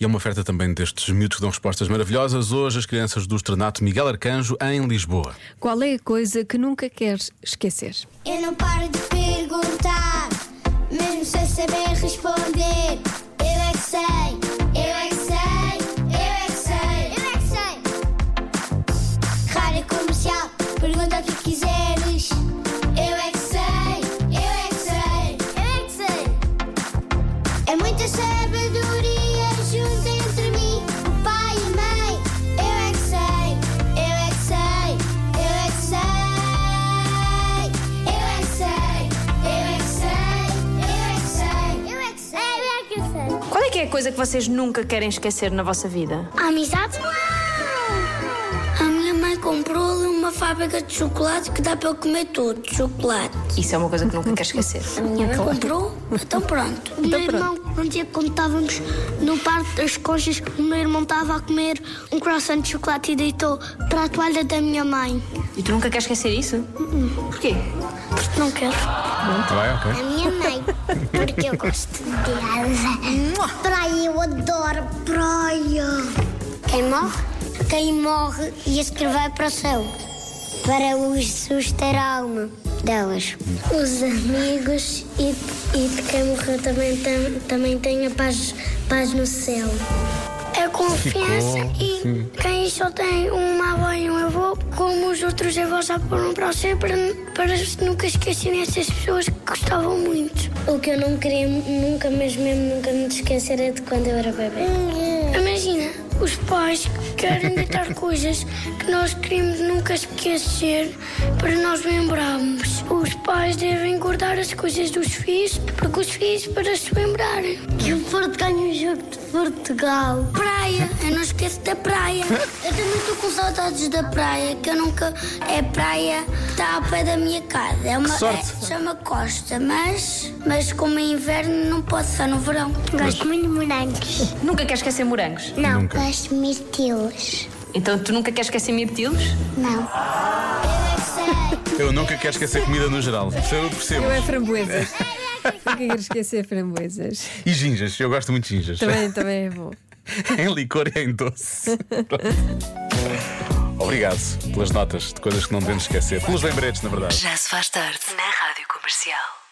E é uma oferta também destes miúdos que dão respostas maravilhosas. Hoje, as crianças do Estrenato Miguel Arcanjo, em Lisboa. Qual é a coisa que nunca queres esquecer? Eu não paro de perguntar, mesmo sem saber responder. Eu é que sei, eu é que sei, eu é que sei, eu é que sei. Rádio comercial, pergunta o que quiseres. Eu é que sei, eu é que sei, eu é que sei. É muita sabedoria junto entre mim, o pai e a mãe. Eu é que sei, eu é que sei, eu é que sei. Eu é que sei, eu é que sei, eu é que sei. Eu é que sei, eu é que sei. Qual é que é a coisa que vocês nunca querem esquecer na vossa vida? A amizade? A minha mãe comprou-lhe uma fábrica de chocolate que dá para eu comer todo de chocolate. Isso é uma coisa que nunca queres esquecer. A minha mãe comprou, então pronto. O meu irmão, um dia quando estávamos no parque das conchas, o meu irmão estava a comer um croissant de chocolate e deitou para a toalha da minha mãe. E tu nunca queres esquecer isso? Porquê? Porque não quero. Está bem, ok. A minha mãe, porque eu gosto dela. Praia, eu adoro praia. Quem morre? Quem morre e esse que vai para o céu. Para os suster a alma delas. Os amigos e, e de quem morreu também tem, também tem a paz, paz no céu. A confiança e quem só tem uma avó e um avô, como os outros avós já foram para sempre, para se nunca esquecerem essas pessoas que gostavam muito. O que eu não queria nunca, mas mesmo nunca me esquecer é de quando eu era bebê. Imagina, os pais querem deitar coisas que nós queremos nunca esquecer para nós lembrarmos. Os pais devem guardar as coisas dos filhos, porque os filhos para se lembrarem. Que o Porto ganha o jogo de Portugal. Praia, eu não esqueço da praia. Eu também estou com saudades da praia, que eu nunca. É praia, está a pé da minha casa. É uma sorte. é- chama Costa, mas, mas como é inverno, não pode estar no verão. Gosto muito de morangos. Nunca queres esquecer morangos? Não, gosto de mirtilos. Então tu nunca queres esquecer mirtilos? Não. é Eu nunca quero esquecer comida no geral. Eu percebo. Eu é framboesas. Nunca quero esquecer framboesas. E gingas, eu gosto muito de gingas. Também, também é bom. em licor e em doce. Obrigado pelas notas de coisas que não devemos esquecer. Pelos lembretes, na verdade. Já se faz tarde na Rádio Comercial.